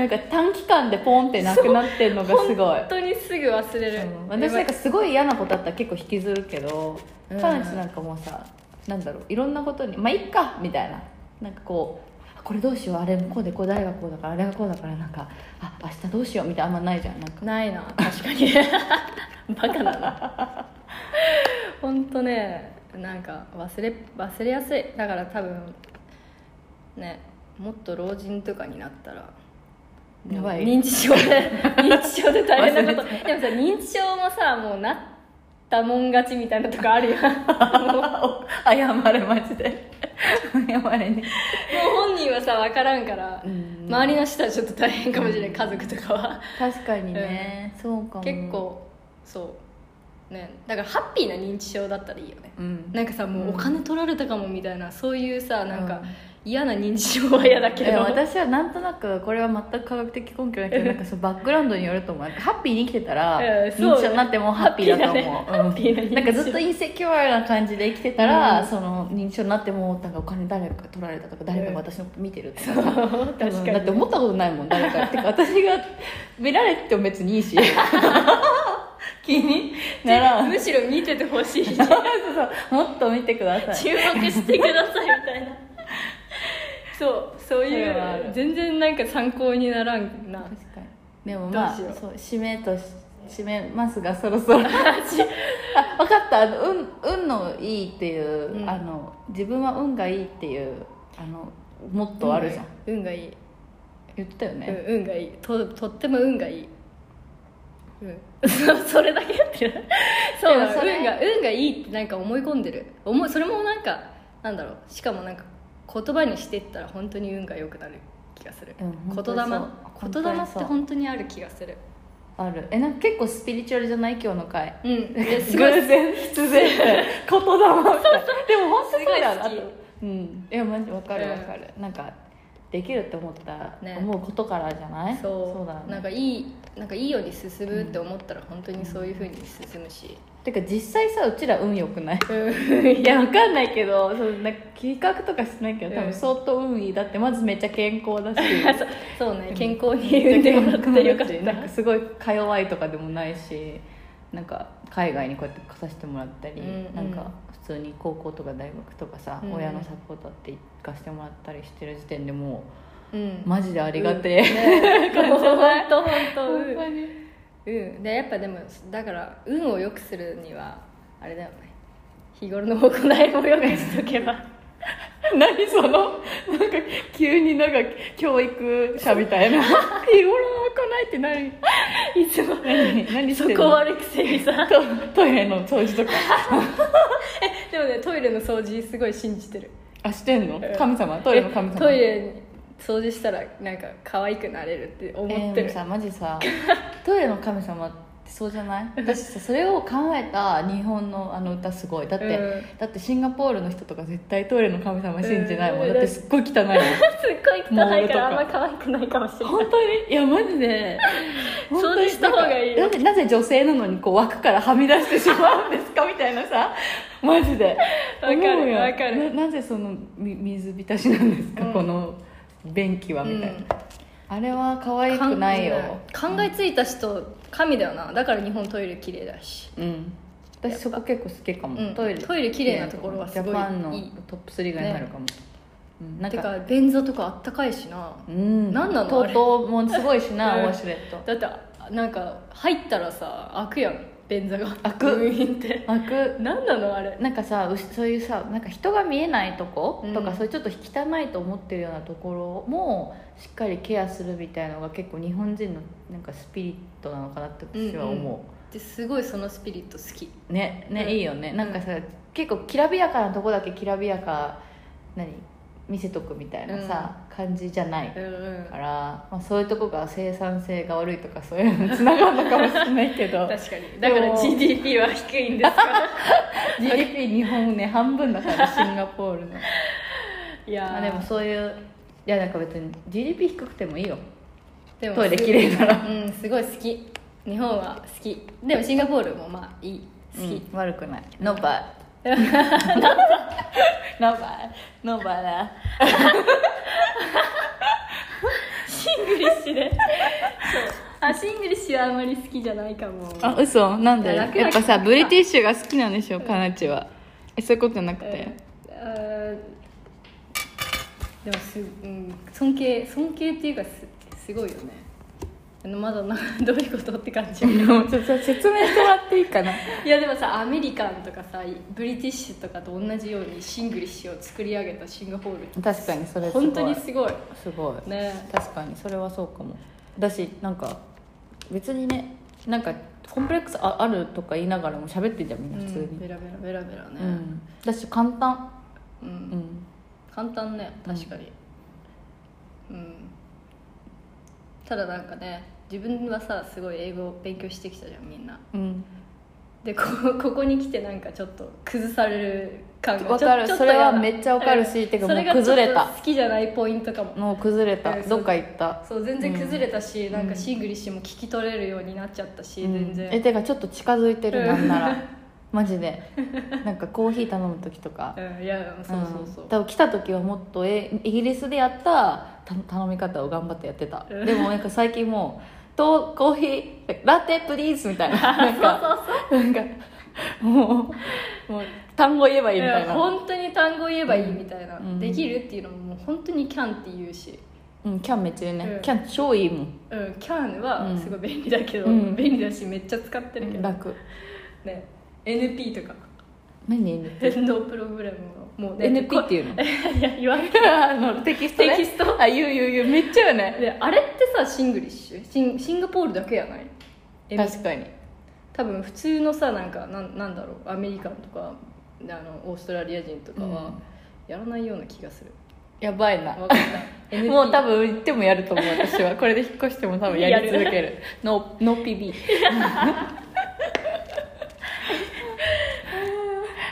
C: か短期間でポンってなくなってるのがすごい
B: 本当にすぐ忘れる
C: うん私なんかすごい嫌なことあったら結構引きずるけど
B: うん
C: 彼女なんかもうさなんだろういろんなことに「まあいっか」みたいななんかこうあこれどうしようあれもこうでこう大学こうだからあれがこうだからなんかあ明日どうしようみたいなあんまないじゃんなんか
B: ないな確かに バカだな本当ねなんか忘れ忘れやすいだから多分ねもっと老人とかになったらもう
C: やばい
B: 認知症 で認知症で大変なこと
C: 忘
B: でもさ認知症もさもうなったもん勝ちみたいなとこあるよ もう
C: 謝れマジで 謝れね
B: 本人はさ分からんから
C: うん
B: 周りの人はちょっと大変かもしれない家族とかは
C: 確かにね、そうかも
B: 結構そうねだからハッピーな認知症だったらいいよね
C: うん
B: なんかさもうお金取られたかもみたいなそういうさなんか
C: うん
B: 嫌な認知症は嫌だけ
C: いや
B: ど
C: 私はなんとなくこれは全く科学的根拠だけどなんかそのバックグラウンドによると思うハッピーに生きてたら
B: うん
C: 認
B: そう
C: 知症になってもハッピーだと思う、
B: ハッピーだねハッピーな認知
C: うん
B: 症
C: なんかずっとインセキュアな感じで生きてたら、
B: うん
C: その認知症になってもなんかお金誰か取られたとか誰かが私のこと見てるとか、
B: 確
C: 多分
B: か
C: だって
B: に
C: 思ったことないもん誰 かってか私が見られても別にいいし 気にならん
B: むしろ見ててほしい注
C: そうそうもっと見てください
B: 目してくださいみたいなそうそうい
C: それはある
B: う全然なんか参考にならんな
C: 確かにでもまあ
B: どうしよう
C: そう締めとし締めますがそ ろそろあ分かったあの運運のいいっていう、
B: うん
C: あの自分は運がいいっていうあのモットーあるじゃん、
B: 運がいい
C: 言ったよね、
B: うん運がいいととっても運がいい、うん、 そそれだけや ってるそう
C: でもそれ
B: 運が運がいいってなんか思い込んでる思いそれもなんかなんだろうしかもなんか言葉にしてったら本当に運が良くなる気がする、
C: うん
B: 言
C: 本当
B: 霊
C: にそう
B: 言
C: 本当にそう
B: 霊って本当にある気がする
C: あるえなんか結構スピリチュアルじゃない今日の回
B: うんです
C: 偶
B: ごい
C: 然必然って言霊みたいなでも本当そうだよな
B: すごい好き
C: うんいやマジ分かる分かる、なんかできるって思った、
B: ね
C: 思うことからじゃない
B: そう
C: だよね
B: なんかいいなんかいいように進むって思ったら本当にそういうふうに進むし、
C: てか実際さうちら運良くない
B: うん
C: いやわかんないけどそのなんか計画とかしてないけど多
B: うん
C: 分相当運いいだってまずめっちゃ健 康だし
B: そうね健康に産んでもらってよかっ
C: なんか
B: た
C: すごいか弱いとかでもないしなんか海外にこうやって来させてもらったり、
B: うんうん
C: なんか普通に高校とか大学とかさ、
B: うん
C: 親のサポートって行かせてもらったりしてる時点でも
B: うん
C: うマジでありがてえ、
B: ね、本当本当
C: 本当に
B: うんでやっぱでもだから運を良くするにはあれだよね日頃の行いも良くしとけ ば
C: 何そのなんか急になんか教育者み たいな日頃の行いって何
B: いつも
C: 何何し
B: そ
C: てる
B: こ
C: の
B: 悪くせに さ
C: トトイレの掃除とか
B: でもねトイレの掃除すごい信じてる
C: あしてんの
B: うん
C: 神様トイレの神様
B: えトイレ掃除したらなんか可愛くなれるって思って
C: えーでも
B: る、
C: さマジさトイレの神様ってそうじ ゃない私さそれを考えた日本のあの歌すごいだって、
B: うん
C: だってシンガポールの人とか絶対トイレの神様信じないもん、
B: うん
C: だってすっごい汚いも ん
B: すっごい汚いからあんま可愛くないかもしれない
C: 本当にいやマ ジで
B: 掃除した方がいいよ
C: なんかなぜなぜ女性なのにこう枠からはみ出してしまうんですかみたいなさマジで
B: わかる
C: 思うよ
B: わかる
C: ななぜそのみ水浸しなんですか、
B: うん
C: この便器はみたいな、
B: うん
C: あれは可愛くないよ
B: 考えついた人神だよなだから日本トイレ綺麗だし
C: うん私そこ結構好きかも、
B: うん
C: トイレ
B: トイレ綺麗なところはすごい
C: ジャパンの
B: いい
C: トップ3ぐらいになるかも、うんなん
B: て
C: か
B: か便座とかあったかいしな
C: うん
B: なんなの
C: と
B: あ
C: う
B: れ
C: とうもすごいしな、
B: うん
C: ウォシュレット
B: だってなんか入ったらさ開くやん便座が
C: 開く
B: ウィーンって
C: 開く
B: 何なのあれ
C: なんかさうしそういうさなんか人が見えないとこ、
B: うん
C: とかそういうちょっと汚いと思ってるようなところもしっかりケアするみたいのが結構日本人のなんかスピリットなのかなって私は思う、
B: うんですごいそのスピリット好き
C: ねね、
B: うん
C: いいよねなんかさ結構きらびやかなとこだけきらびやか何見せとくみたいなさ、感じじゃない、
B: うんうん
C: から、まあ、そういうとこが生産性が悪いとかそういうのにつながるのかもしれないけど
B: 確かにだか
C: で
B: ら
C: も
B: GDP は低いんですか
C: GDP 日本ね半分だからシンガポールの
B: いやー
C: まあでもそういういやなんか別に GDP 低くてもいいよ
B: でも
C: トイレ綺麗なら
B: うんすごい好き日本は好きでもシンガポールもまあいい好き、
C: うん悪くないノーバーノーバーノーバ ーだ
B: シングリッシュでそうあシングリッシュはあんまり好きじゃないかも
C: あ嘘なんで
B: いや楽々
C: やっぱさブリティッシュが好きなんでしょかなちはえそういうことじゃなく
B: うん
C: て
B: あーでもす、うん、尊敬尊敬っていうかすすごいよねあのまだな どういうことって感じ
C: もうちょっと説明してもらっていいかな
B: いやでもさアメリカンとかさブリティッシュとかと同じようにシングリッシュを作り上げたシンガポールって
C: 確かにそれすごい
B: 本当にすごい
C: すごい
B: ね
C: 確かにそれはそうかもだしなんか別にねなんかコンプレックスああるとか言いながらも喋ってんじゃんみんな普通に、
B: うんベラベラベラベラね
C: うんだし簡単、
B: うん、
C: うん、
B: 簡単ね
C: うん
B: 確かにうん、ただなんかね自分はさすごい英語を勉強してきたじゃんみんな
C: うん、
B: でこここに来てなんかちょっと崩される感が
C: わかる
B: ちょちょっと
C: それは
B: やだ
C: めっちゃわかるし
B: うん
C: てか
B: それが
C: もう崩れた
B: ちょっと好きじゃないポイントかも
C: もう崩れた
B: うん
C: どっか行った
B: そう全然崩れたし、
C: ん
B: なんかシングリッシュも聞き取れるようになっちゃったし、全
C: うんえ
B: 然
C: てかちょっと近づいてる
B: うん
C: なんなら マジでなんかコーヒー頼む時とか
B: うんいやそうそうそう、
C: ん多分来た時はもっとえイギリスでやったた頼み方を頑張ってやってた
B: うん
C: でもなんか最近もう「とコーヒーラテプリーズ」みたいななんか なんかもうもう単語言えばいいみたい
B: いや
C: な、
B: 本当に単語言えばいいみたいな、
C: うん
B: できるっていうのももう本当に「can」って言うし
C: うん、キャンめっちゃいいね、
B: うん
C: キャン超いいもん
B: 「うん、can」は
C: うん
B: すごい便利だけど、
C: うん
B: 便利だしめっちゃ使ってるけど、
C: 楽
B: ね NP とか
C: 何 NP?
B: 電動プログラムのもうね
C: NP って
B: い
C: いうの
B: いや言わない
C: あのテキスト、ね、
B: テキス
C: トあ言う言う言うめっちゃよね
B: であれってさシングリッシュシンシンガポールだけやないえ
C: 確かに
B: 多分普通のさなんかなんなんだろうアメリカンとかあのオーストラリア人とか
C: うん
B: はやらないような気がする、
C: やばいな
B: わかんない NP
C: もう多分行ってもやると思う私はこれで引っ越しても多分やり続けるノーノー PB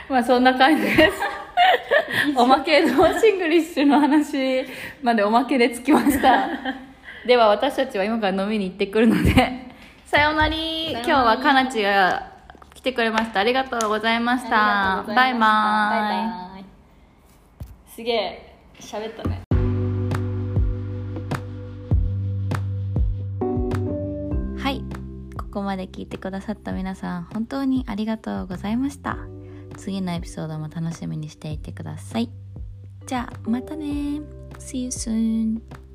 C: まあそんな感じ ですおまけのシングリッシュの話までおまけでつきま したでは私たちは今から飲みに行ってくるのでさようなら今日はかなちが来てくれましたありがとうございましたバイバーイ
B: イバイすげえ喋ったね
A: はいここまで聞いてくださった皆さん本当にありがとうございました次のエピソードも楽しみにしていてくださいじゃあまたね See you soon